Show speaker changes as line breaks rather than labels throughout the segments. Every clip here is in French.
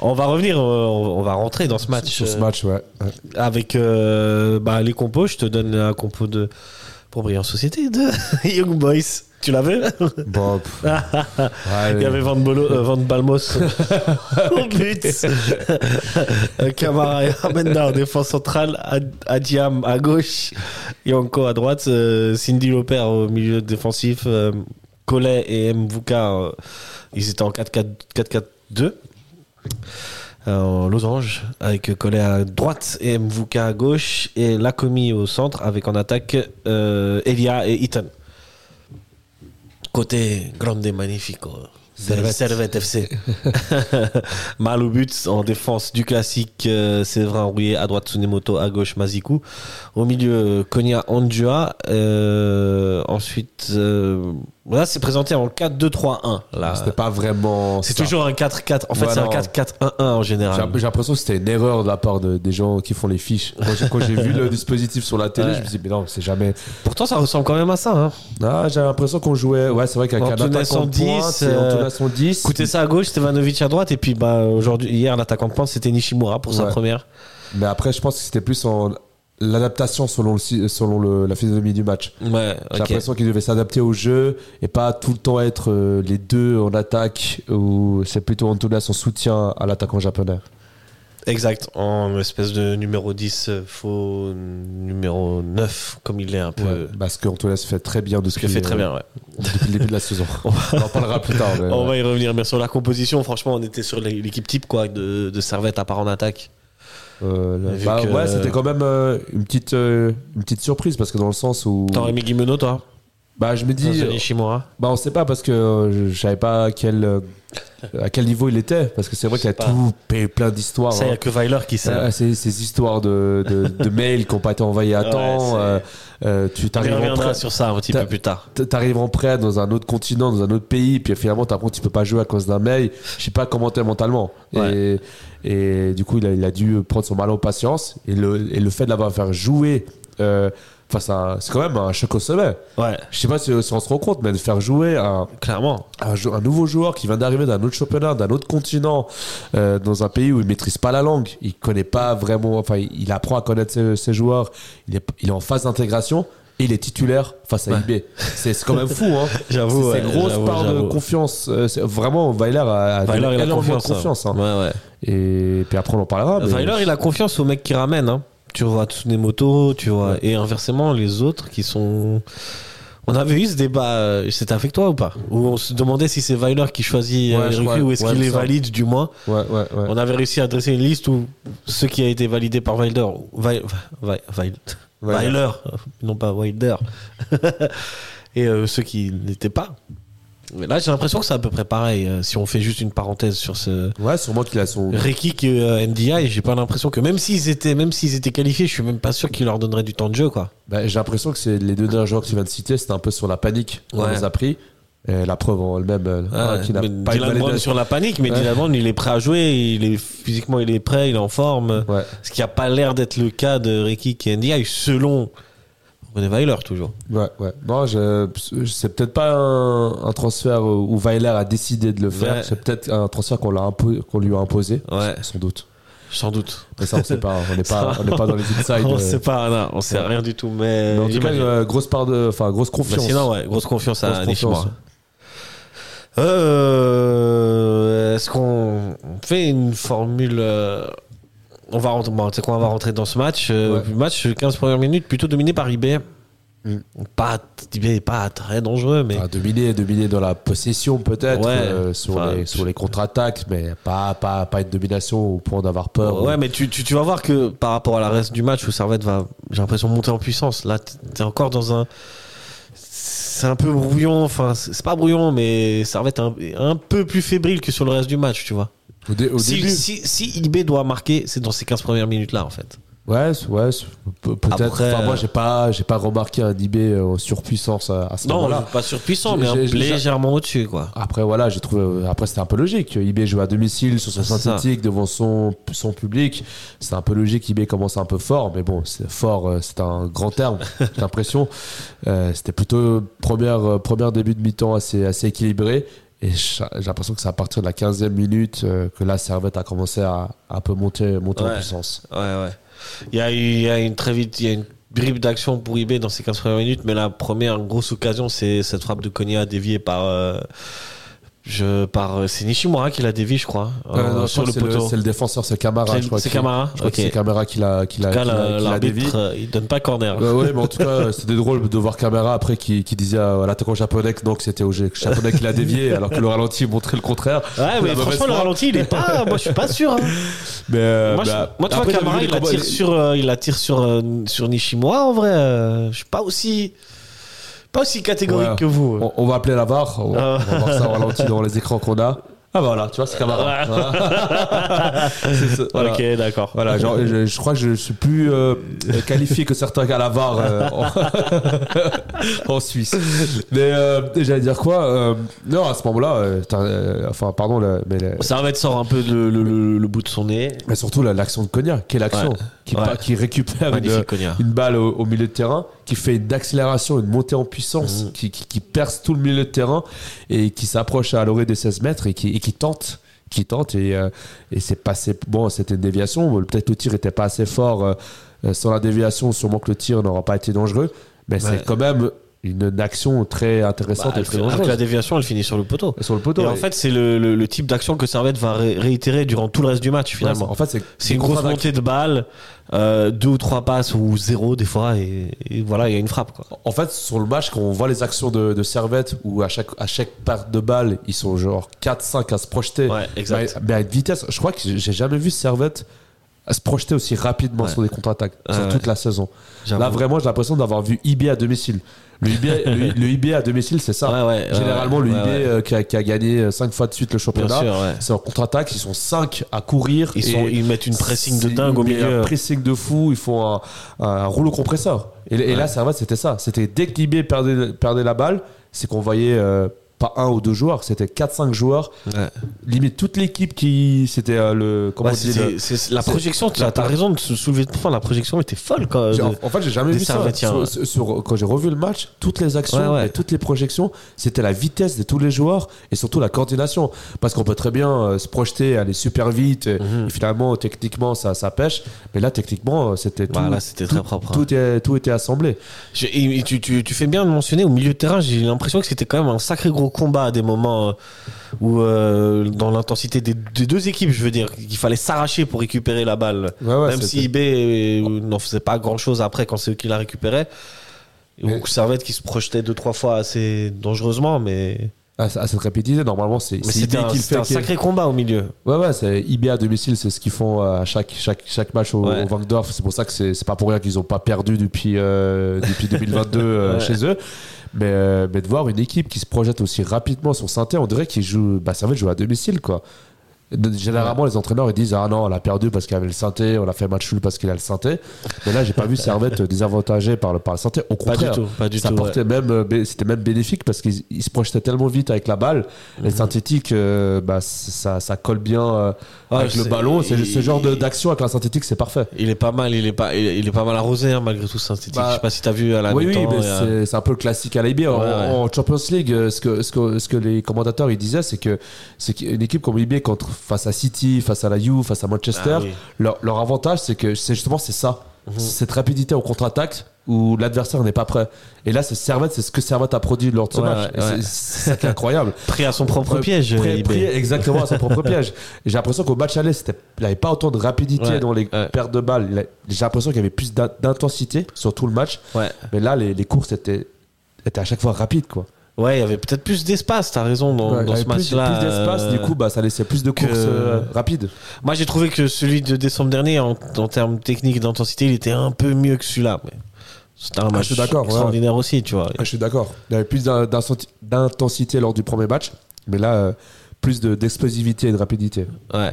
On va revenir, euh, on on va rentrer dans ce match.
Sur ce
euh,
match, ouais. Ouais.
Avec euh, bah, les compos, je te donne la compo de pour briller en société de Young Boys. Tu l'avais
Bon, pff, ouais,
Il y avait Van, Bolo- euh, Van Balmos au but. Euh, Camara et Amenda en défense centrale. Ad- Adiam à gauche. Yonko à droite. euh, Cindy Loper au milieu défensif. euh, Collet et Mvuka, euh, ils étaient en 4-4-2. euh, en losange, avec Collet à droite et Mvuka à gauche. Et Lacomi au centre, avec en attaque euh, Elia et Ethan. Côté grande et magnifico. Servette. Servette FC. Mal au but en défense du classique euh, Séverin Rouillé à droite Tsunemoto à gauche Mazikou au milieu Konya Anjua euh, ensuite euh, là c'est présenté en 4-2-3-1 là
c'était pas vraiment.
c'est
ça.
toujours un 4-4 en fait
Ouais,
c'est un
non.
4-4-1-1 en
J'ai
général
j'ai l'impression que c'était une erreur de la part de- des gens qui font les fiches. Quand j'ai- Quand j'ai vu le dispositif sur la télé,
Ouais.
je me suis dit, mais non, c'est jamais.
pourtant ça ressemble quand même à ça hein.
Ah, j'avais l'impression qu'on jouait. Ouais, c'est vrai qu'avec un
Antunes en
attaquant de
10,
pointe et
euh,
Antunes en 10.
écoutez ça à gauche Stevanovic à droite et puis bah, aujourd'hui hier l'attaquant de pente c'était Nishimura pour sa
Ouais.
première
Mais après, je pense que c'était plus en l'adaptation selon, le, si- selon le- la physionomie du match.
ouais
J'ai l'impression qu'ils devaient s'adapter au jeu et pas tout le temps être euh, les deux en attaque ou c'est plutôt Antunes en soutien à l'attaquant japonais.
Exact, en espèce de numéro 10, euh, faux numéro 9, comme il est un peu.
Parce qu'Antunes fait très bien de ce euh,
Ce que Euh, fait très bien, ouais.
depuis le début de la saison. On en parlera plus tard. mais
On
ouais.
va y revenir, bien sûr. La composition, franchement, on était sur l'é- l'équipe type, quoi, de, de Servette à part en attaque.
Euh, le-
Vu
bah,
que-
Ouais, c'était quand même euh, une, petite, euh, une petite surprise parce que dans le sens où.
T'aurais mis Guimeno, toi
Bah, je me dis.
Anthony Shimura
Bah, on sait pas parce que euh, je je savais pas à quel, euh, à quel niveau il était. Parce que c'est vrai
Je
qu'il y a
sais pas.
tout pe- plein d'histoires.
Ça, il n'y
hein.
a que Weiler qui sait.
Euh, ces, ces histoires de, de, de mails qui n'ont pas été envoyés à
Ouais,
temps.
c'est-
euh, euh, tu
on y
t'arrives en
reviendra
prêt-
sur ça un petit
T'as-
peu plus tard.
t- t'arrives en prêt dans un autre continent, dans un autre pays, puis finalement t'apprends que tu peux pas jouer à cause d'un mail. Je sais pas comment t'es mentalement.
Ouais.
Et, et du coup, il a, il a dû prendre son mal en patience. Et le, et le fait de l'avoir fait jouer euh, face à. C'est quand même un choc au sommet.
Ouais,
Je sais pas si, si on se rend compte, mais de faire jouer un,
clairement.
un, jou- un nouveau joueur qui vient d'arriver d'un autre championnat, d'un autre continent, euh, dans un pays où il maîtrise pas la langue, il connaît pas vraiment, enfin, il il apprend à connaître ses, ses joueurs, il est, il est en phase d'intégration et il est titulaire face à IB. C'est c'est quand même fou, hein.
J'avoue,
C'est une
ouais,
grosse
j'avoue,
part de
j'avoue.
confiance. euh, c'est- vraiment, Weiler a, a
Weiler, il a
énormément
confiance.
de confiance.
hein.
hein.
Ouais, ouais.
Et puis après, on en parlera. Ah, mais-
Weiler, il a confiance au mec qui ramène. Hein. Tu vois Tsunemoto, tu vois. Et inversement, les autres qui sont. On avait eu ce débat, euh, c'était avec toi ou pas Où on se demandait si c'est Weiler qui choisit euh,
Ouais,
les
je
recrues
crois.
ou est-ce
Ouais,
qu'il
c'est
les
ça.
valide du moins.
Ouais, ouais, ouais.
On avait réussi à dresser une liste où ce qui a été validé par Weiler. Wei- Wei- Wei-
Weiler.
Weiler, non pas Wilder. Et euh, ceux qui n'étaient pas. Mais là, j'ai l'impression que c'est à peu près pareil. euh, si on fait juste une parenthèse sur ce,
Ouais, sûrement qu'il a son.
Rekik et euh, NDI, j'ai pas l'impression que même s'ils étaient même s'ils étaient qualifiés, je suis même pas sûr qu'ils leur donneraient du temps de jeu quoi.
Bah, J'ai l'impression que c'est les deux derniers joueurs que tu viens de citer, c'était un peu sur la panique qu'on
Ouais. Ah,
les a pris. Et la preuve en elle-même, euh, hein, qui n'a
Mais
pas
Dylan
eu de
Brown
validation.
sur la panique, mais
Ouais.
Dylan Brown, il est prêt à jouer, il est physiquement il est prêt, il est en forme.
Ouais.
Ce qui a pas l'air d'être le cas de Rekik et NDI selon René Weiler toujours.
Ouais, ouais. Non, je, c'est peut-être pas un, un transfert où Weiler a décidé de le faire.
Ouais.
C'est peut-être un transfert qu'on, l'a impo- qu'on lui a imposé.
Ouais.
Sans doute.
Sans doute.
Mais ça, on sait pas. hein. On n'est pas,
Ça,
on n'est pas dans les insides.
on
euh.
sait pas, non, on sait
ouais.
rien du tout, mais,
Mais en tout cas,
j'imagine.
euh, grosse part de, enfin, grosse
Bah,
confiance.
sinon, ouais, grosse confiance à
Grosse confiance.
Nishimura. Euh, Est-ce qu'on fait une formule euh, On va rentrer, bon, tu sais quoi, on va rentrer dans ce match. euh,
Ouais.
Match 15 premières minutes plutôt dominé par IB.
Mm.
Pas IB pas très dangereux, mais
Enfin, dominer, dominer dans la possession peut-être,
Ouais.
euh, sur,
Enfin,
les, sur les contre-attaques, mais pas, pas, pas une domination au point d'avoir peur.
ouais, mais tu, tu, tu vas voir que par rapport à la reste du match où Servette va, j'ai l'impression monter en puissance. Là, t- t'es encore dans un, c'est un peu brouillon. Enfin, c'est c'est pas brouillon, mais Servette est un, est un peu plus fébrile que sur le reste du match, tu vois.
Au, dé- au
Si,
début.
si, si IB doit marquer, c'est dans ces 15 premières minutes-là, en fait.
Ouais, c'est- ouais c'est- pe- peut-être.
Après,
Enfin, moi,
euh,
j'ai pas, j'ai pas remarqué un IB en surpuissance à, à ce
Non,
moment-là.
pas surpuissant,
J'ai-
mais un-
j'ai- j'ai-
légèrement au-dessus, quoi.
Après, voilà, j'ai trouvé. euh, Après, c'était un peu logique. IB joue à domicile sur son
C'est ça.
synthétique devant son, son public. C'est un peu logique. IB commence un peu fort, mais bon, c'est fort, euh, c'est un grand terme, j'ai l'impression. Euh, c'était plutôt première, euh, première début de mi-temps assez, assez équilibré. Et j'ai l'impression que c'est à partir de la 15e minute euh, que la servette a commencé à un peu monter, monter en
Ouais.
puissance.
Ouais, ouais. Il y a, eu- il y a une très vite, il y a une bribe d'action pour IB dans ces 15 premières minutes, mais la première grosse occasion, c'est cette frappe de Konya déviée par. euh, je, par euh, c'est Nishimura qui l'a déviée, je crois,
Euh,
euh,
non, je
sur
crois
le
que c'est
poteau.
C'est le défenseur, c'est Camara.
C'est-
je crois
c'est
qu'il-
Camara
Je crois
Ok.
que c'est Camara qui l'a qui l'a-
En tout cas,
qui l'a-
la-
qui l'a dévié.
l'arbitre, euh, il donne pas corner.
Ouais, ouais, mais en tout cas, euh, c'était drôle de voir Camara après qui, qui disait euh, à l'attaquant japonais que non, que c'était au jeu- que japonais qui l'a dévié, alors que le ralenti montrait le contraire.
Ouais, mais
La mauvaise
franchement, le
foi.
ralenti, il est pas. Moi, je suis pas sûr. hein.
Mais, euh,
moi, je-
bah,
moi, tu vois,
après,
Camara,
j'ai vu
il
les combats-
attire sur, euh, il attire sur, euh, sur Nishimura, en vrai. euh, je suis pas aussi, pas aussi catégorique
Ouais.
que vous.
On, on va appeler la VAR, on, va-
Ah.
on va voir ça au ralenti dans les écrans qu'on a. Ah bah voilà, tu vois, c'est Camara. C'est ça, voilà.
Ok, d'accord.
Voilà, genre, je, je crois que je suis plus euh, qualifié que certains gars à la VAR euh, en, en Suisse. Mais euh, j'allais dire quoi euh, Non, à ce moment-là, euh, t'as, euh, enfin, pardon, le- mais, le-
Ça va être sort un peu le, le- le- le bout de son nez.
mais surtout la- l'action de Cogna, quelle action
Ouais.
qui,
Ouais.
pa- qui récupère une,
Magnifique, Konya.
une balle au, au milieu de terrain, qui fait une accélération, une montée en
Mhm.
puissance, qui, qui, qui perce tout le milieu de terrain et qui s'approche à l'orée des 16 mètres et qui, et qui tente qui tente et, euh, et c'est passé bon c'était une déviation Bon, peut-être le tir était pas assez fort euh, euh, sans la déviation sûrement que le tir n'aura pas été dangereux mais
Ouais.
c'est quand même une, une action très
Bah,
intéressante et
elle
très
fait- avec
dangereuse
la déviation, elle finit sur le poteau.
sur le poteau
Et en
Et-
fait, c'est le, le- le type d'action que Servette va ré- réitérer durant tout le reste du match, finalement.
ouais, en fait c'est
c'est une grosse
contre-attaque.
montée de balles, euh, deux ou trois passes ou zéro des fois, et, et voilà, il y a une frappe. Quoi.
En fait, sur le match, quand on voit les actions de, de Servette, où à chaque, à chaque perte de balle, ils sont genre 4-5 à se projeter.
Ouais, exact.
Mais, mais à une vitesse, je crois que j'ai jamais vu Servette à se projeter aussi rapidement
Ouais.
sur des contre-attaques,
Ouais,
sur
ouais.
toute la saison.
J'avoue.
Là, vraiment, j'ai l'impression d'avoir vu IB à domicile. Le IB, le, le IB à domicile, c'est ça.
Ouais, ouais, ouais,
Généralement, le
ouais,
IB
ouais.
euh, qui, a, qui a gagné 5 fois de suite le championnat,
sûr, ouais.
c'est en contre-attaque, ils sont 5 à courir.
Ils, sont,
et-
ils mettent une pressing de
c'est-
dingue au
mais Un
milieu.
pressing de fou, ils font un, un rouleau compresseur. Et, et là, Servette, c'était ça. C'était dès que Libé perdait, perdait la balle, c'est qu'on voyait euh, pas un ou deux joueurs, c'était 4-5 joueurs.
Ouais.
Limite toute l'équipe qui. C'était euh, le. Comment
Ouais,
on dit
Bah, c'est-
le-
c'est- c'est- la
c'est- bah,
projection, tu as, t'as raison de sou- soulever le point, la projection était folle. Quoi, Euh,
J'ai-
de-
en, en fait, j'ai jamais
des
vu ça.
Servettiens,
Sur-
ouais.
sur- sur- quand j'ai revu le match, toutes les actions,
Ouais, ouais.
et toutes les projections, c'était la vitesse de tous les joueurs et surtout la coordination. Parce qu'on peut très bien euh, se projeter, aller super vite, et,
Mhm.
et finalement, techniquement, ça, ça pêche. Mais là, techniquement, euh, c'était tout.
Voilà, c'était très
tout-
propre, hein.
Tout, est- tout était assemblé.
Je- et- et tu, tu- tu fais bien de mentionner au milieu de terrain, j'ai l'impression que c'était quand même un sacré gros combat à des moments euh, où, euh, dans l'intensité des, des deux équipes, je veux dire, qu'il fallait s'arracher pour récupérer la balle.
Ouais, ouais,
même
c'était-
si IB euh, n'en faisait pas grand chose après quand c'est eux qui la récupéraient. Ou
Mais-
Servette qui se projetait deux, trois fois assez dangereusement, mais,
À, à cette rapidité, normalement, c'est
mais
c'est
c'était
IB
un,
qui le
c'était
fait.
un
qui-
sacré combat au milieu.
Ouais, ouais, c'est IB à domicile, c'est ce qu'ils font à chaque, chaque, chaque match au,
Ouais.
au Wangdorf. C'est pour ça que c'est c'est pas pour rien qu'ils ont pas perdu depuis, euh, depuis 2022 euh,
Ouais.
chez eux. Mais, euh, mais de voir une équipe qui se projette aussi rapidement sur Saint-Étienne, on dirait qu'ils jouent, bah, ça veut jouer à domicile, quoi. De- Généralement, les entraîneurs ils disent Ah non, on l'a perdu parce qu'il avait le synthé, on l'a fait match nul parce qu'il a le synthé. Mais là, j'ai pas vu Servette désavantagé par le, par le synthé.
Pas
Au
du
contraire,
tout, pas du
ça
tout. ouais.
portait même, euh, bé- c'était même bénéfique parce qu'ils ils se projetaient tellement vite avec la balle. Et le
Mhm.
synthétique, euh, bah, c- ça, ça colle bien euh,
Ah,
avec le
c'est-
ballon. C'est
il-
ce genre de- d'action avec la synthétique, c'est parfait.
Il est pas mal, il est pas, il il est pas mal arrosé hein, malgré tout synthétique.
Bah,
je sais pas si t'as vu à la
oui, oui,
mi-temps,
mais
il y a-
c'est- c'est un peu le classique à l'IB. en,
Ouais, ouais.
en Champions League, euh, ce que, ce que, ce que les commentateurs ils disaient, c'est que c'est qu'une équipe comme l'IB contre face à City, face à la U, face à Manchester,
Ah oui. Mhm.
leur, leur avantage, c'est que c'est justement c'est ça, cette rapidité en contre-attaque où l'adversaire n'est pas prêt. Et là, c'est Servette, c'est ce que Servette a produit lors de ce
Ouais, ouais,
match. Et
ouais.
c'est- C'est ça qui est incroyable.
pris à son propre
Ouais,
piège.
prêt-
IB.
prêt exactement à son propre piège. Et J'ai l'impression qu'au match aller, c'était- il n'avait pas autant de rapidité
Ouais,
dans les
ouais.
pertes de balles. Il a- J'ai l'impression qu'il y avait plus d'in- d'intensité sur tout le match.
Ouais.
Mais là, les, les courses étaient, étaient à chaque fois rapides. Quoi.
Ouais, il y avait peut-être plus d'espace, t'as raison, dans,
Ouais, il y
dans
avait
ce
plus,
match-là.
plus d'espace,
euh,
du coup, bah, ça laissait plus de
que-
courses euh, rapides.
Moi, j'ai trouvé que celui de décembre dernier, en, en termes techniques et d'intensité, il était un peu mieux que celui-là. mais C'était un match
Ah, suis d'accord, ouais.
extraordinaire aussi, tu vois.
Ah, je suis d'accord. Il y avait plus d'in- d'insenti- d'intensité lors du premier match. Mais là, euh, plus de- d'explosivité et de rapidité.
Ouais.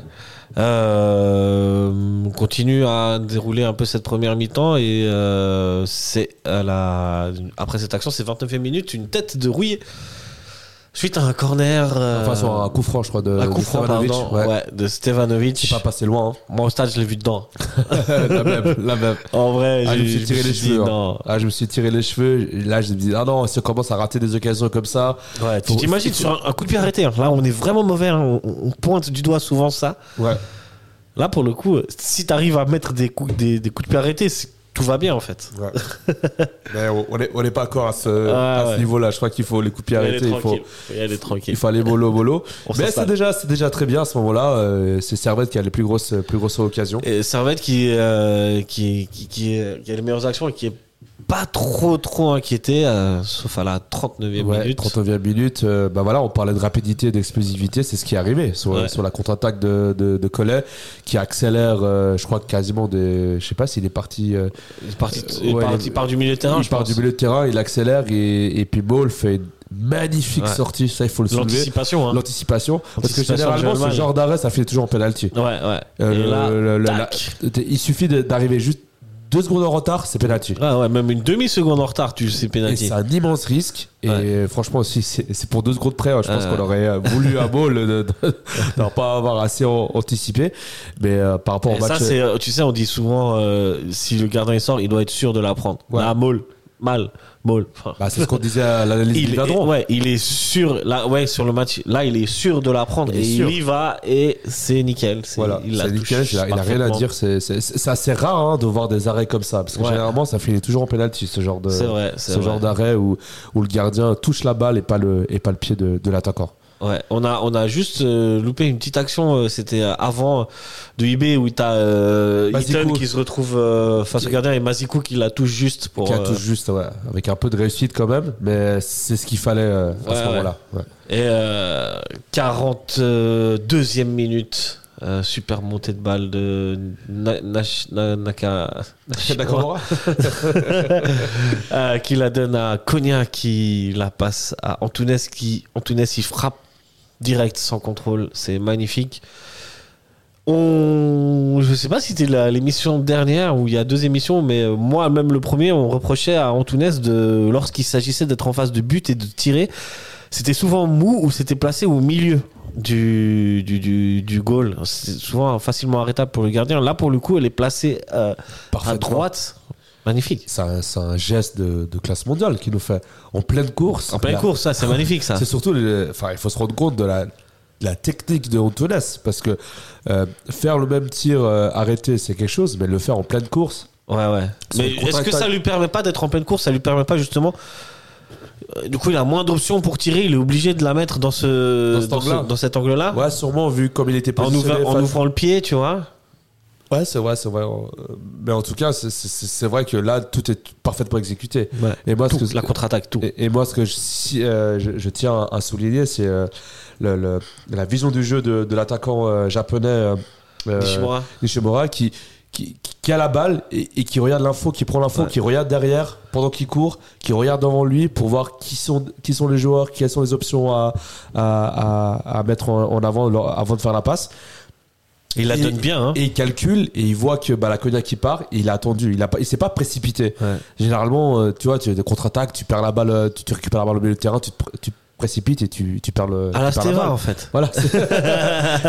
Euh, on continue à dérouler un peu cette première mi-temps et euh, c'est à la après cette action, c'est 29e minute, une tête de rouille Suite à un corner. euh,
Enfin, sur un coup franc, je crois, de,
un
de
coup franc,
Stevanovic.
pardon,
Ouais.
ouais, de Stevanovic.
C'est pas passé loin.
Moi, au stade, je l'ai vu dedans.
hein. la même, la même.
En vrai,
Ah, je me
j'ai
suis tiré les
dit
cheveux. hein.
non.
Ah, je me suis tiré les cheveux. Là, je me dis, ah non, si on commence à rater des occasions comme ça.
Ouais, tu
Faut-
t'imagines sur un, un coup de pied arrêté. hein. Là, on est vraiment mauvais. hein. On, on pointe du doigt souvent ça.
Ouais.
Là, pour le coup, euh, si t'arrives à mettre des coups, des, des coups de pied arrêtés, c'est- tout va bien en fait.
Ouais. Mais on on est, on est pas encore à ce,
Ah,
à ce
ouais.
niveau-là. Je crois qu'il faut les couper
Faut y aller
arrêter. Il faut,
tranquille. Faut y aller tranquille.
il faut aller mollo, mollo.
On
Mais c'est
s'installe.
déjà, c'est déjà très bien à ce moment-là. euh, c'est Servette qui a les plus grosses, euh, plus grosses occasions.
Et Servette qui, euh, qui, qui, qui, euh, qui a les meilleures actions et qui est pas trop trop inquiété, euh, sauf à la 39e
Ouais,
minute.
39e minute, euh, bah voilà, on parlait de rapidité et d'explosivité, c'est ce qui est arrivé sur,
Ouais.
sur la contre-attaque de, de, de Collet, qui accélère, euh, je crois, quasiment des. Je sais pas s'il est parti. euh,
Il est parti,
Euh,
il est
ouais,
parti
les-
par du milieu de terrain,
il
je
part
pense.
du milieu de terrain, il accélère et, et puis Ball fait une magnifique
Ouais.
sortie, ça il faut le soulever.
L'anticipation, hein.
L'anticipation, parce que
L'anticipation
généralement,
de
ce
Germain,
genre d'arrêt, ça finit toujours en penalty.
Ouais, ouais.
Euh,
et
le-
là,
le- le-
tac.
la- il suffit de- d'arriver juste deux secondes en retard, c'est penalty.
Ah ouais, même une demi-seconde en retard, tu sais,
Et
pénalty.
c'est un immense risque. Et
Ouais.
franchement, aussi, c'est c'est pour deux secondes près. hein. Je pense
Ouais.
qu'on aurait euh, voulu un ball de- de- d'en pas avoir assez an- anticipé. Mais euh, par rapport au
Et ça,
match.
c'est, euh, tu sais, on dit souvent, euh, si le gardien il sort, il doit être sûr de la prendre.
Ouais.
Là, Maul, mal, Maul. Enfin,
bah, c'est ce qu'on disait à l'analyse
il,
du
est,
Vadron.
ouais, il est sûr, là, ouais, sur le match, là, il est sûr de la prendre.
Il est
et
sûr.
il y va, et c'est nickel. C'est-
Voilà,
il la
c'est
touche
nickel, il a, il a rien à
parfaitement.
dire. C'est c'est- c'est assez rare hein, de voir des arrêts comme ça. Parce que
Ouais.
généralement, ça finit toujours en penalty, ce genre de.
C'est vrai, c'est
Ce genre
vrai.
d'arrêt où, où le gardien touche la balle et pas le, et pas le pied de, de l'attaquant.
Ouais, on a, on a juste euh, loupé une petite action, euh, c'était euh, avant de IB où t'as euh,
Mazikou.
Eaton qui se retrouve euh, face au gardien et Mazikou qui la touche juste pour.
Qui a
euh,
touche juste, ouais, avec un peu de réussite quand même, mais c'est ce qu'il fallait euh, à
Ouais,
ce
ouais.
moment-là. ouais.
Et euh, 42e minute. euh, super montée de balle de Na- Nash- Na- Naka, Nakawa, euh, qui la donne à Konya qui la passe à Antunes qui Antunes il frappe direct sans contrôle c'est magnifique on je sais pas si c'était la- l'émission dernière ou il y a deux émissions mais euh, moi même le premier on reprochait à Antunes de lorsqu'il s'agissait d'être en face de but et de tirer c'était souvent mou ou c'était placé au milieu du, du, du, du goal. C'est souvent facilement arrêtable pour le gardien. Là, pour le coup, elle est placée euh, à
Parfaitement.
droite. Magnifique.
C'est un, c'est un geste de, de classe mondiale qu'il nous fait en pleine course.
En pleine
La-
course, hein. ça, c'est magnifique, ça.
C'est surtout, le- enfin, il faut se rendre compte de la, de la technique de Antunes parce que euh, faire le même tir euh, arrêté, c'est quelque chose, mais le faire en pleine course.
Ouais, ouais.
Sur
Mais
le
est-ce que
contre-attaque.
ça lui permet pas d'être en pleine course Ça lui permet pas, justement. Euh, Du coup, il a moins d'options pour tirer. Il est obligé de la mettre dans, ce,
Dans cet angle-là.
dans cet angle-là.
Ouais, sûrement vu comme il était
Ah. en,
positionné.
ouvrant, en
face-
ouvrant le pied, tu vois.
Ouais, c'est vrai, c'est vrai. Euh, Mais en tout cas, c'est- c'est c'est vrai que là, tout est parfaitement exécuté.
Ouais.
Et moi, ce
Tout,
que-
la contre-attaque, tout.
Et, et moi, ce que je, si, euh, je, je tiens à souligner, c'est euh, le- le- la vision du jeu de, de l'attaquant euh, japonais euh, euh,
Nishimura.
Nishimura qui, qui, qui a la balle et, et qui regarde l'info, qui prend l'info,
Ouais.
qui regarde derrière pendant qu'il court, qui regarde devant lui pour voir qui sont, qui sont les joueurs, quelles sont les options à, à, à- à mettre en, en avant lors- avant de faire la passe.
Il la
et-
donne bien, hein.
Et il calcule et il voit que bah, la cognac qui part, il a attendu, il a pas- il s'est pas précipité.
Ouais.
Généralement, euh, tu vois, tu as des contre-attaques, tu perds la balle, euh, tu, tu récupères la balle au milieu du terrain, tu te, pr- tu te précipites et tu, tu perds le.
À la
tu perds
Steva,
balle.
en fait.
Voilà.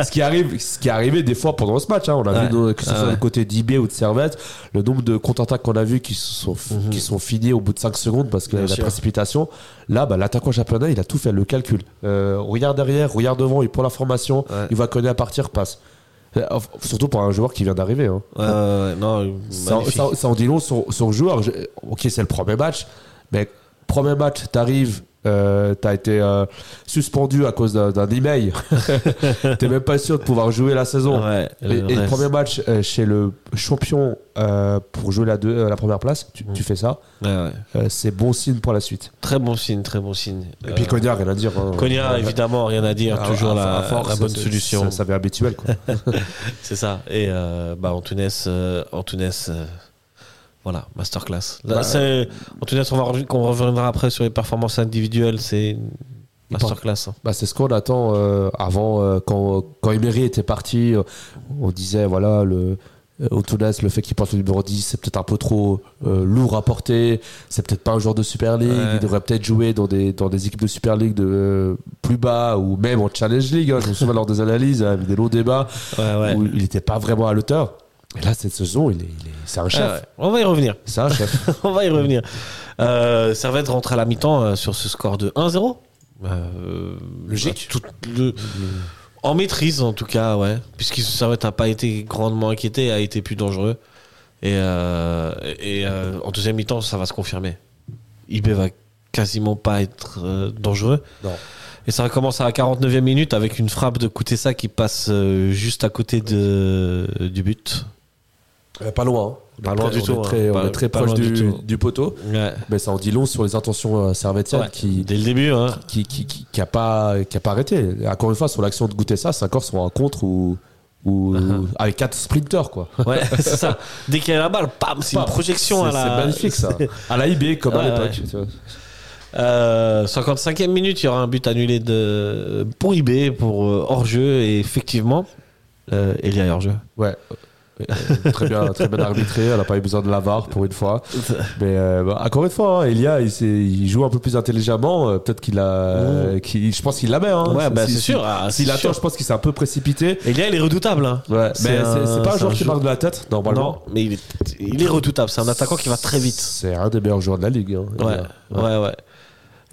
ce qui arrive, ce qui est arrivé des fois pendant ce match, hein. on a
Ouais.
vu nos- que ce
Ah
soit
ouais.
du côté d'IB ou de Servette, le nombre de contre-attaques qu'on a vu qui se sont qui sont finis au bout de 5 secondes parce que
Mhm. Bien
la
sûr.
précipitation. Là, bah, l'attaquant japonais, il a tout fait, le calcul. Euh, regarde derrière, regarde devant, il prend la formation,
Ouais.
il va connaître à partir, passe. Euh, Surtout pour un joueur qui vient d'arriver. hein.
Ouais, ouais, ouais, non,
Ça,
magnifique.
ça- ça en dit long sur, sur le joueur. Je- ok, c'est le premier match, mais premier match, t'arrives, euh, t'as été euh, suspendu à cause d'un d'un email. T'es même pas sûr de pouvoir jouer la saison.
Ouais,
Et,
le
et le
reste.
premier match euh, chez le champion euh, pour jouer la, deux, euh, la première place, tu, tu fais ça,
Ouais, ouais.
euh, c'est bon signe pour la suite.
Très bon signe, très bon signe.
Et puis
Euh,
Cogna, rien à dire. hein.
Cogna,
Euh,
évidemment, rien à dire.
à-
toujours
Ah, à-
la,
à force,
la bonne
c'est-
solution.
Ça, ça fait habituel. Quoi.
C'est ça. Et euh, bah, Antunes, euh, Antunes euh, voilà, masterclass. Là,
Bah,
c'est- Antunes, on, va rev- qu'on reviendra après sur les performances individuelles. C'est une
Il part-
masterclass. hein.
Bah, c'est ce qu'on attend euh, avant euh, quand quand Emery était parti euh, on disait voilà le Euh, Antunes, le fait qu'il porte le numéro 10, c'est peut-être un peu trop euh, lourd à porter. C'est peut-être pas un joueur de Super League.
Ouais.
Il devrait peut-être jouer dans des, dans des équipes de Super League de, euh, plus bas ou même en Challenge League. hein. Je me souviens lors des analyses, hein, avec des longs débats
Ouais, ouais.
où il n'était pas vraiment à l'auteur. Et là, cette saison, il est, il est- c'est un chef.
Ah ouais. On va y revenir.
C'est un chef.
On va y revenir. Euh, Servette rentre à la mi-temps euh, sur ce score de 1-0. Euh,
Logique.
tout le- En maîtrise, en tout cas, ouais. Puisque Servette n'a pas été grandement inquiété, a été plus dangereux. Et, euh, et euh, en deuxième mi-temps, ça va se confirmer. IB va quasiment pas être euh, dangereux.
Non.
Et ça recommence à la 49e minute avec une frappe de Koutessa qui passe euh, juste à côté de, du but.
Euh, pas loin. hein.
Pas loin
On
du
est
tout,
très-
hein.
on
Pas-
est très
pas
proche
loin
du,
du tout.
du poteau.
Ouais.
Mais Ben, ça en dit long sur les intentions euh, servétiennes
Ouais.
qui,
Dès le début, hein.
qui, qui, qui, qui a pas qui a pas arrêté. Encore une fois, sur l'action de Goutessa, c'est encore sur un contre ou ou
Uh-huh.
avec quatre sprinters quoi.
Ouais, c'est ça. Dès qu'il y a la balle, pam, c'est une
Pam.
projection à
C'est-
la.
C'est magnifique ça. À la IB comme à
Ouais,
l'époque.
ouais.
tu vois.
Euh, 55e minute, il y aura un but annulé de pour IB pour euh, hors-jeu et effectivement, euh, il y a hors-jeu.
Ouais. Euh, très bien, très bien arbitré. Elle a pas eu besoin de l'avare pour une fois. Mais euh, bah, encore une fois, hein, Elia, il, s'est- il joue un peu plus intelligemment. Euh, Peut-être qu'il a, euh, qu'il- je pense qu'il la met. Hein.
Mmh. ouais,
Si-
bah,
si-
c'est
si-
sûr. ah, c'est
S'il attend,
sûr.
je pense qu'il s'est un peu précipité.
Et là, il est redoutable. hein.
Ouais, mais c'est
un-
c'est pas un
c'est
joueur qui
jou-
marque de la tête normalement.
Non, mais il est, il est redoutable. C'est un attaquant qui va très vite.
C'est un des meilleurs joueurs de la ligue. hein,
Ouais,
Elia.
ouais, ouais.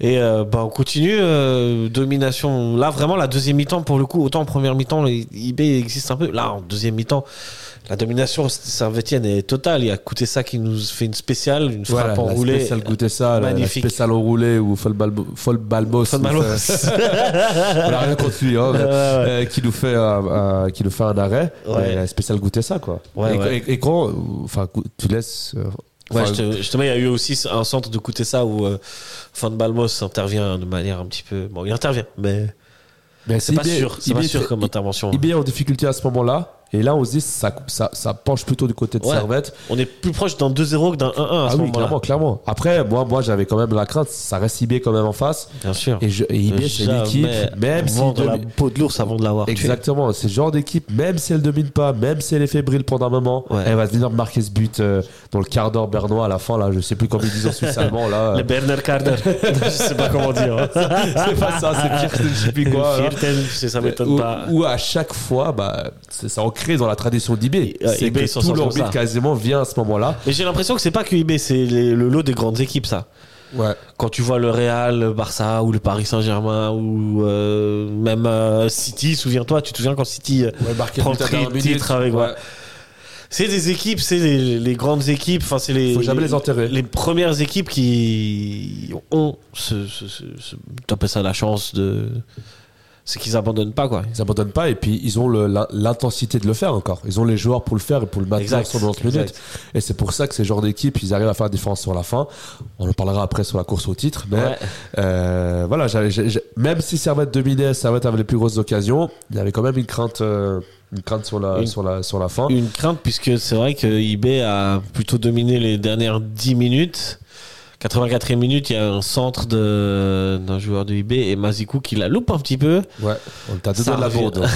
Et euh, bah, on continue. euh, domination. Là, vraiment, la deuxième mi-temps, pour le coup, autant en première mi-temps, les- IB existe un peu. Là, en deuxième mi-temps, la domination servétienne est totale. Il y a coûté ça qui nous fait une spéciale, une frappe
la
enroulée.
spéciale goûter ça, la-
Magnifique.
la spéciale enroulée ou Folbalmos. Folbalmos.
Fan Malo.
On n'a rien contre lui, hein, mais,
Ouais, ouais.
euh, qui, nous fait un, un- qui nous fait un arrêt.
Ouais.
Mais la spéciale goûter ça, quoi.
Ouais,
et,
ouais.
et- et quand euh, enfin, cou- tu laisses. euh,
Ouais,
enfin,
je te- justement, il y a eu aussi un centre de coûter ça où euh, Fan Balmos intervient de manière un petit peu. Bon, il intervient, mais
mais
c'est pas
IB
sûr. C'est
IB
pas sûr
fait-
comme intervention.
IB est en difficulté à ce moment-là. Et là, on se dit, ça, ça, ça penche plutôt du côté de
Ouais.
Servette.
On est plus proche d'un 2-0 que d'un 1-1 à
Ah
ce
oui,
moment-là.
clairement, clairement. Après, moi, moi j'avais quand même la crainte, ça reste IB quand même en face.
Bien sûr.
Et, je, et IB, c'est
Jamais
l'équipe, même si.
vendre la
demi-
peau de l'ours avant de l'avoir tué.
Exactement, c'est le genre d'équipe, même si elle domine pas, même si elle est fébrile pendant un moment,
Ouais.
elle va venir marquer ce but euh, dans le quart d'heure bernois à la fin, là, je sais plus comment ils disent en suisse allemand, là. euh.
Le Bernard Carter, je sais pas comment dire. hein.
c'est pas ça, c'est Kirsten, je sais plus quoi. là.
Viertel, c'est- hein ça m'étonne
Où,
pas.
où à chaque fois, bah, c'est c'est ancré dans la tradition d'IB.
Ouais,
C'est
IB,
que
ils sont
tout
sortis
leur
comme
but
ça.
quasiment vient à ce moment-là.
Mais j'ai l'impression que c'est pas que IB, c'est les- le lot des grandes équipes, ça.
Ouais.
Quand tu vois le Real, le Barça ou le Paris Saint-Germain ou euh, même euh, City, souviens-toi, tu te souviens quand City euh,
marquer
prend le tri- titre avec. ouais. C'est des équipes, c'est les, les grandes équipes, enfin c'est les.
Faut jamais les enterrer.
Les premières équipes qui ont ce, ce, ce, ce- t'appelles ça la chance de, c'est qu'ils abandonnent pas quoi.
Ils abandonnent pas et puis ils ont le- la- l'intensité de le faire encore. Ils ont les joueurs pour le faire et pour le maintenir
Exact.
sur 90 minutes.
Exact.
Et c'est pour ça que ces genres d'équipes, ils arrivent à faire la différence sur la fin. On en parlera après sur la course au titre. Mais
Ouais.
euh, voilà, j'avais- j'ai- j'ai- même si Servette dominait, Servette avait les plus grosses occasions, il y avait quand même une crainte, euh, une crainte sur, la,
Une-
sur, la, sur la fin.
Une crainte puisque c'est vrai que eBay a plutôt dominé les dernières 10 minutes. 84e minute, il y a un centre de- d'un joueur de eBay et Mazikou qui la loupe un petit peu.
Ouais, on t'a deux
Ça
doigts de la
revient.
bourde.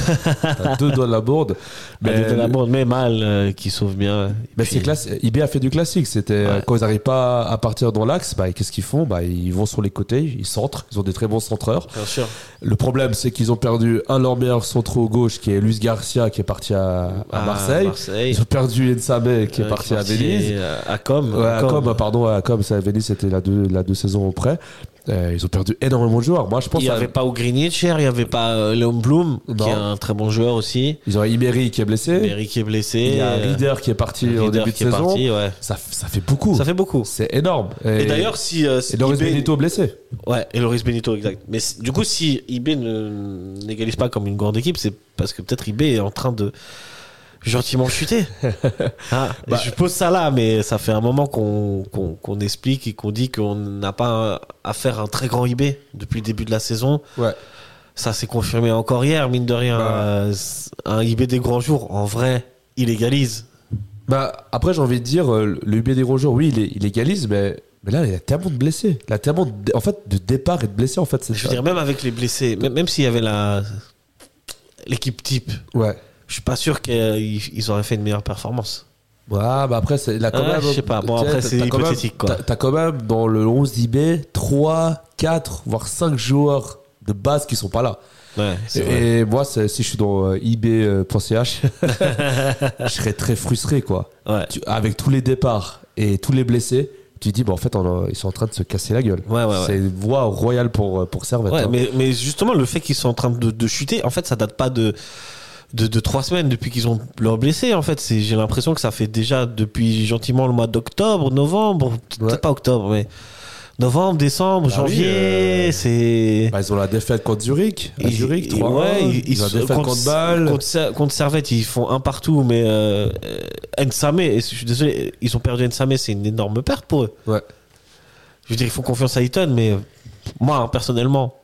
T'as deux doigts de la bourde.
Mais,
Mais,
mais mal, euh, qui sauve bien. Et
mais
puis-
Ben, c'est classique. IB a fait du classique. C'était euh, quand ils n'arrivent pas à partir dans l'axe, bah, qu'est-ce qu'ils font bah, Ils vont sur les côtés, ils centrent. Ils ont des très bons centreurs.
Bien sûr.
Le problème, c'est qu'ils ont perdu un de leurs meilleurs centraux gauche, qui est Luis Garcia, qui est parti à, à
Ah,
Marseille. Ils ont perdu Nsame, qui est
Euh,
parti à Venise.
euh, À Com.
Ouais, à Com, pardon, à Com, c'est à Venise, c'était la deux, la deux saisons auprès. Euh, ils ont perdu énormément de joueurs. Moi, je
Il
pense
n'y
à-
avait pas Ogrinitcher, il n'y avait pas euh, Léon Blum, qui
Non.
est un très bon joueur aussi.
Ils ont Imery qui est blessé.
Berry qui est blessé.
Il y a
euh,
Reader qui est parti
Rieder
au début de
qui est
saison.
parti, ouais.
Ça, f- ça fait beaucoup.
Ça fait beaucoup.
C'est énorme.
Et, d'ailleurs, si. euh,
et Loris
eBay-
Benito blessé.
Ouais, et Loris Benito, exact. Mais c- du coup, si IB ne- n'égalise pas comme une grande équipe, c'est parce que peut-être IB est en train de gentiment chuter. Ah,
Bah.
je pose ça là, mais ça fait un moment qu'on qu'on- qu'on explique et qu'on dit qu'on n'a pas affaire à un très grand IB depuis le début de la saison.
Ouais.
Ça s'est confirmé encore hier, mine de rien.
Bah.
Euh, c- un IB des grands jours, en vrai, il égalise.
Bah, après, j'ai envie de dire, euh, le UB des gros jours, oui, il, est- il égalise, mais, mais là, il y a tellement de blessés. Il y a tellement de, en fait, de départ et de blessés, en fait. c'est
Je veux
ça.
dire, même avec les blessés, même, même s'il y avait la l'équipe type,
Ouais.
je suis pas sûr qu'ils auraient fait une meilleure performance.
Ah, bah après, c'est la
Ah, je sais pas. Bon, après, c'est hypothétique, quoi.
T'as quand même dans le 11 IB 3, 4, voire 5 joueurs de base qui sont pas là.
Ouais, c'est vrai.
Et moi, c'est- si je suis dans euh, ib.ch, je serais très frustré, quoi.
Ouais.
Tu- avec tous les départs et tous les blessés, tu te dis, bah, en fait, on a- ils sont en train de se casser la gueule.
Ouais, ouais, ouais.
C'est une voie royale pour, euh, pour Servette.
Ouais,
hein.
mais, mais justement, le fait qu'ils sont en train de, de chuter, en fait, ça date pas de, de, de trois semaines depuis qu'ils ont leur blessé. En fait, C'est- j'ai l'impression que ça fait déjà depuis gentiment le mois d'octobre, novembre, peut-être
Ouais.
pas octobre, mais novembre, décembre,
Ah
janvier,
oui, euh,
c'est.
Bah, ils ont la défaite contre Zurich. À
Ils-
Zurich,
ils-
3
ouais, ils,
ont la
se-
défaite contre, Bâle.
contre Ser- contre Servette, ils font un partout, mais euh, euh, Nsame, et je suis désolé, ils ont perdu Nsame, c'est une énorme perte pour eux.
Ouais.
Je veux dire, ils font confiance à Eaton, mais euh, moi, hein, personnellement,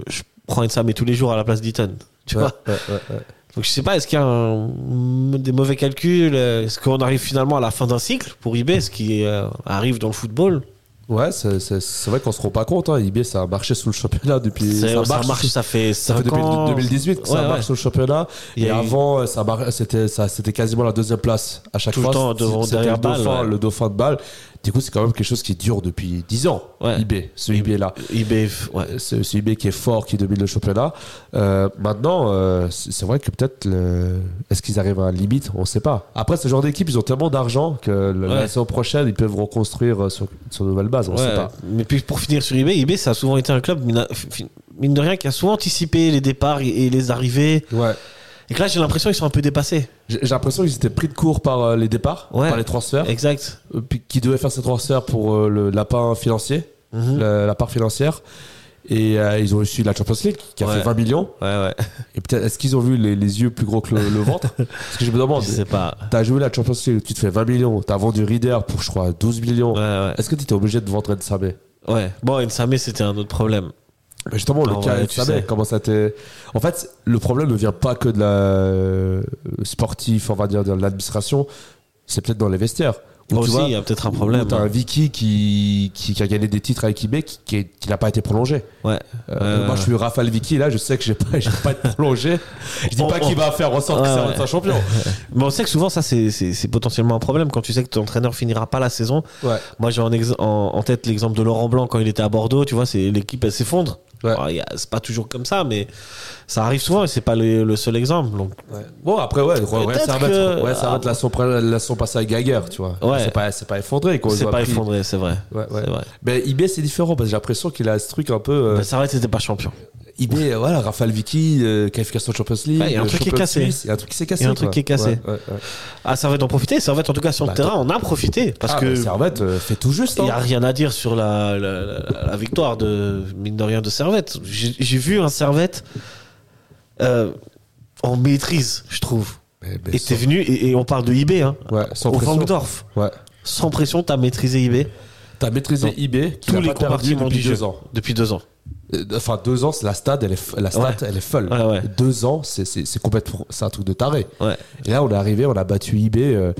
euh, je prends Nsame tous les jours à la place d'Eaton. Tu
Ouais,
vois
ouais, ouais, ouais.
Donc je sais pas, est-ce qu'il y a un- des mauvais calculs euh, Est-ce qu'on arrive finalement à la fin d'un cycle pour eBay, ce qui euh, arrive dans le football
Ouais, c'est- c'est c'est vrai qu'on se rend pas compte. Hein. IB, ça a marché sous le championnat depuis.
ça, ça
marche
marche,
sous-
ça fait
Ça fait
5
depuis
ans.
2018 que
Ouais,
ça
ouais.
marche sur le championnat.
Il y
Et
a eu-
avant, euh, ça mar- c'était ça- c'était quasiment la deuxième place à chaque
Tout le
fois.
temps devant-
C'était
derrière
le
Bâle,
dauphin,
ouais.
le dauphin de balle. Du coup, c'est quand même quelque chose qui dure depuis 10 ans.
Ouais.
IB, ce IB là.
eBay, ouais.
C'est ce IB qui est fort, qui domine le championnat. Euh, maintenant, euh, c'est c'est vrai que peut-être, le- est-ce qu'ils arrivent à la limite On ne sait pas. Après, ce genre d'équipe, ils ont tellement d'argent que le-
Ouais.
la saison prochaine, ils peuvent reconstruire euh, sur, sur de nouvelles bases. On ne sait
Ouais,
pas.
Mais puis pour finir sur eBay, eBay ça a souvent été un club, mine fin- mine de rien, qui a souvent anticipé les départs et- et les arrivées.
Ouais.
Et que là, j'ai l'impression qu'ils sont un peu dépassés.
J'ai j'ai l'impression qu'ils étaient pris de court par euh, les départs,
Ouais.
par les transferts.
Exact.
Euh, puis qui devait faire ses transferts pour euh, le, la part financier,
Mhm.
la, la part financière. Et euh, ils ont reçu la Champions League qui a
Ouais.
fait 20 millions.
Ouais, ouais.
Et peut-être est-ce qu'ils ont vu les, les yeux plus gros que le, le ventre Parce que je me demande,
Je sais pas.
t'as joué la Champions League, tu te fais 20 millions, t'as vendu Reader pour je crois 12 millions.
Ouais, ouais.
Est-ce que tu étais obligé de vendre Nsabé
ouais. Bon, Nsame, c'était un autre problème.
Mais Bah, Justement,
Ah
le cas
ouais, tu
Nsabé,
sais.
comment ça t'est. En fait, le problème ne vient pas que de la euh, sportif, on va dire, de l'administration, c'est peut-être dans les vestiaires. Où,
Moi
tu
aussi,
vois,
il y a peut-être un problème. hein.
Ou T'as un Vicky qui, qui, qui a gagné des titres avec IB qui- qui est- qui n'a pas été prolongé.
Ouais.
Euh,
Euh,
Moi, je suis Rafale Vicky, là, je sais que j'ai pas, j'ai pas été prolongé. Je dis
On-
pas qu'il
on-
va faire en sorte
Ouais,
que ça
ouais.
reste un champion.
Mais on sait que souvent, ça, c'est- c'est c'est potentiellement un problème quand tu sais que ton entraîneur finira pas la saison.
Ouais.
Moi, j'ai en, ex- en- en tête l'exemple de Laurent Blanc quand il était à Bordeaux. Tu vois, c'est l'équipe, elle s'effondre.
Ouais.
Alors, il y a- C'est pas toujours comme ça, mais ça arrive souvent et c'est pas le, le seul exemple. Donc,
Bon, après, ouais, ouais, ouais,
Peut-être
ça va être,
que-
ouais, ça va être la son, la son passée à Gaguer, tu vois.
Ouais.
C'est pas, c'est pas effondré, quoi.
c'est
Ils ont
pas
appris-
effondré, c'est vrai.
Ouais, ouais.
C'est vrai.
Mais IB, Ben, c'est différent parce que j'ai l'impression qu'il a ce truc un peu. euh,
Ben, ça aurait été pas champion.
IB, euh, voilà, Rafale Vicky, euh, qualification Champions League.
Ouais, il y a un
euh,
truc qui est
Champions
cassé.
Suisse, Il y a un truc qui s'est cassé.
Il y a un truc
quoi.
qui est cassé.
Ouais, ouais, ouais.
Ah, ça va être en profiter. Ça va être en tout cas sur le
Bah,
terrain. On a profité parce
Ah,
que
mais Servette euh, fait tout juste.
il n'y
hein.
a rien à dire sur la, la- la- la victoire de mine de rien de Servette. J'ai j'ai vu un Servette euh, en maîtrise, je trouve.
Mais- mais
Et
sans-
t'es venu et, et on parle de IB, hein.
Ouais, sans
au
pression.
Frankdorf.
Ouais.
Sans pression, t'as maîtrisé IB
T'as maîtrisé
Dans
IB, qui
tous
n'a
les
pas perdu
compartiments
depuis
du jeu
deux ans.
depuis deux ans.
Euh, Enfin, deux ans, c'est la stade, elle est, f- la stade,
Ouais.
elle est folle.
Ouais, ouais.
Deux ans, c'est, c'est, c'est complètement, c'est un truc de taré.
Ouais.
Et là, on est arrivé, on a battu IB. euh,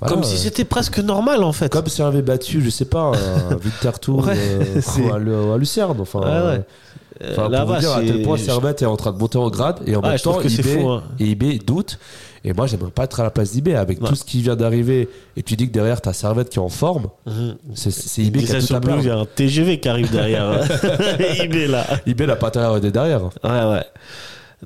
voilà,
Comme
euh,
si c'était presque normal en fait.
comme si on avait battu, je sais pas, un Winterthur
Ouais,
euh,
c'est-
à, Lu- à Lucerne. Enfin,
Ouais,
euh,
ouais. Euh,
enfin,
là-bas,
pour vous dire à
c'est-
quel point
je-
Servette est en train de monter en grade et en
Ouais,
même
je trouve
temps,
que c'est
IB,
fou, hein.
et IB doute. Et moi, j'aimerais pas être à la place d'IB avec
Ouais.
tout ce qui vient d'arriver. Et tu dis que derrière, t'as Servette qui est en forme.
Mhm.
C'est, c'est
Il
IB qui
disait
a tout
sur
à
le blues,
perdre.
il y a un TGV qui arrive derrière. IB là.
IB n'a pas intérêt à regarder derrière.
Ouais, ouais.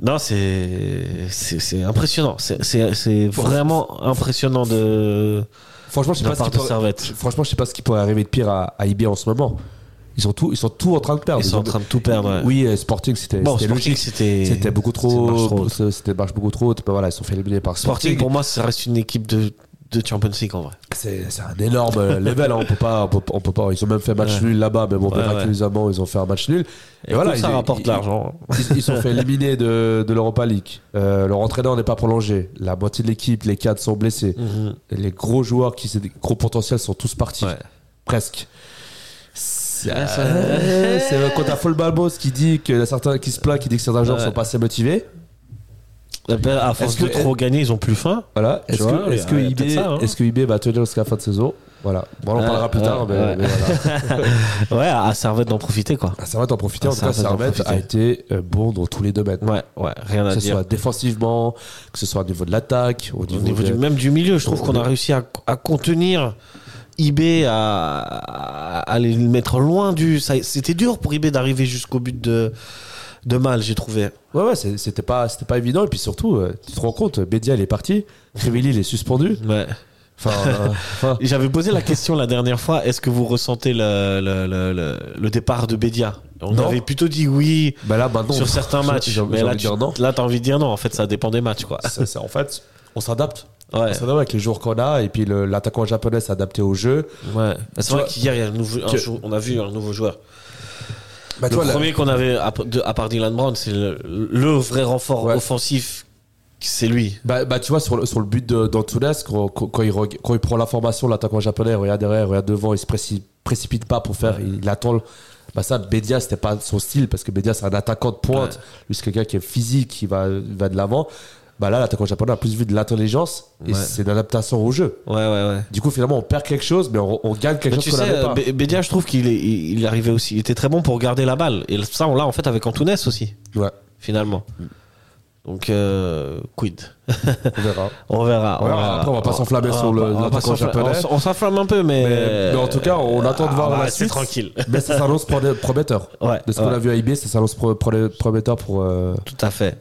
Non, c'est c'est c'est impressionnant. C'est- C'est c'est vraiment impressionnant de
Franchement, je sais
de
pas
la
ce
part
qui
de
pourrait-
Servette.
Franchement, je sais pas ce qui pourrait arriver de pire à, à IB en ce moment. Ils sont tout, ils sont tout en train de perdre.
Ils sont en train de tout perdre. ouais.
Oui, euh, Sporting, c'était
bon,
c'était
Sporting,
logique.
c'était
C'était beaucoup
c'était marche
trop.
trop.
C'était c'était marche beaucoup trop. haute. Ben voilà, ils se sont fait éliminer par Sporting.
Sporting, pour moi, ça reste une équipe de de Champions League en vrai.
C'est c'est un énorme euh, level. hein. On peut pas, on peut, on peut pas. Ils ont même fait match
Ouais.
nul là-bas, mais bon,
Ouais,
miraculeusement, ils ont fait un match nul.
Et voilà, ça
ils-
rapporte
ils-
de l'argent.
Ils ils sont fait éliminer de, de l'Europa League. Euh, leur entraîneur n'est pas prolongé. La moitié de l'équipe, les cadres sont blessés.
Mhm.
Les gros joueurs qui, c'est des gros potentiels, sont tous partis.
Ouais.
Presque. C'est
Ouais, ça-
euh, c'est- quand t'as Paul Balbos qui dit que certains qui se plaint, qui dit que certains joueurs
Ouais.
sont pas assez motivés.
Eh ben, à force
Est-ce
de
que-
trop gagner, ils ont plus faim.
Voilà.
Tu
Est-ce
vois, il y a-
que, est
il y a
que,
peut-être
IB
ça, hein.
est-ce que IB va tenir jusqu'à la fin de saison Voilà. Bon, on
Ah,
en parlera plus
ouais,
tard, mais,
ouais.
mais voilà.
ouais, à Servette d'en profiter, quoi.
Ah, Servette en profiter.
Ah,
en tout cas,
Servette en
Servette a été euh, bon dans tous les domaines.
Ouais, ouais, rien à
Que ce
dire.
soit défensivement, que ce soit au niveau de l'attaque, au
Au
niveau,
niveau
de-
du, même du milieu, je trouve
au-
qu'on a réussi à, à contenir eBay, à, à- à les mettre loin du. ça- C'était dur pour eBay d'arriver jusqu'au but de, de Mal, j'ai trouvé.
Ouais, ouais, c'est- c'était pas, c'était pas évident. Et puis surtout, euh, tu te rends compte, Bédia, il est parti. Crivelli, il est suspendu.
Ouais.
Enfin, euh, enfin,
Et J'avais posé la question la dernière fois est-ce que vous ressentez le, le, le, le- le départ de Bédia On
Non.
avait plutôt dit oui
bah là, maintenant.
sur certains
j'ai-
matchs.
j'ai envie-
Mais
j'ai
là,
envie de
tu
dire non.
là, t'as envie de dire non. En fait, ça dépend des matchs, quoi.
Ça, c'est- en fait, on s'adapte.
Ouais.
On s'adapte avec les jours qu'on a. Et puis le- l'attaquant japonais s'est adapté au jeu.
ouais. C'est
Tu
vrai
vois-
qu'hier, il y a un nouveau- un
Tu-
jou- on a vu un nouveau joueur.
Bah, tu
Le
vois, la-
premier qu'on avait à, de- à part Dylan Brown, c'est le, le vrai renfort
Ouais.
offensif, c'est lui.
Bah, bah, tu vois, sur le, sur le but de- d'Antunes, quand, quand, quand il, reg- quand il prend la formation, l'attaquant japonais, regarde derrière, regarde devant, il se préci- précipite pas pour faire, il attend. le- Bah, ça, Bedia, c'était pas son style, parce que Bedia, c'est un attaquant de pointe. Lui, c'est quelqu'un qui est physique, qui va, va de l'avant. Bah là, l'attaquant japonais a plus vu de l'intelligence et
Ouais.
c'est une adaptation au jeu.
Ouais, ouais, ouais.
Du coup, finalement, on perd quelque chose, mais on, on gagne quelque
Mais
chose
tu
qu'on n'avait
sais, euh,
pas.
Bé- Bédia, je trouve qu'il est- il, il arrivait aussi, il était très bon pour garder la balle. Et ça, on l'a en fait avec Antunes aussi,
Ouais,
finalement. Donc, euh, quid
on verra.
On verra.
Ouais, après, on va pas s'enflammer
va
sur le-
pas- on va pas
l'attaquant
s'enflammer.
japonais.
On s- On s'enflamme un peu, mais...
Mais- mais en tout cas, on attend de voir
on va
la
rester
suite.
ah, bah, tranquille.
Mais ça s'annonce pro- prometteur.
Ouais,
De ce qu'on
ouais.
a vu à IB, ça s'annonce pro- pro- prometteur pour. euh,
Tout à fait.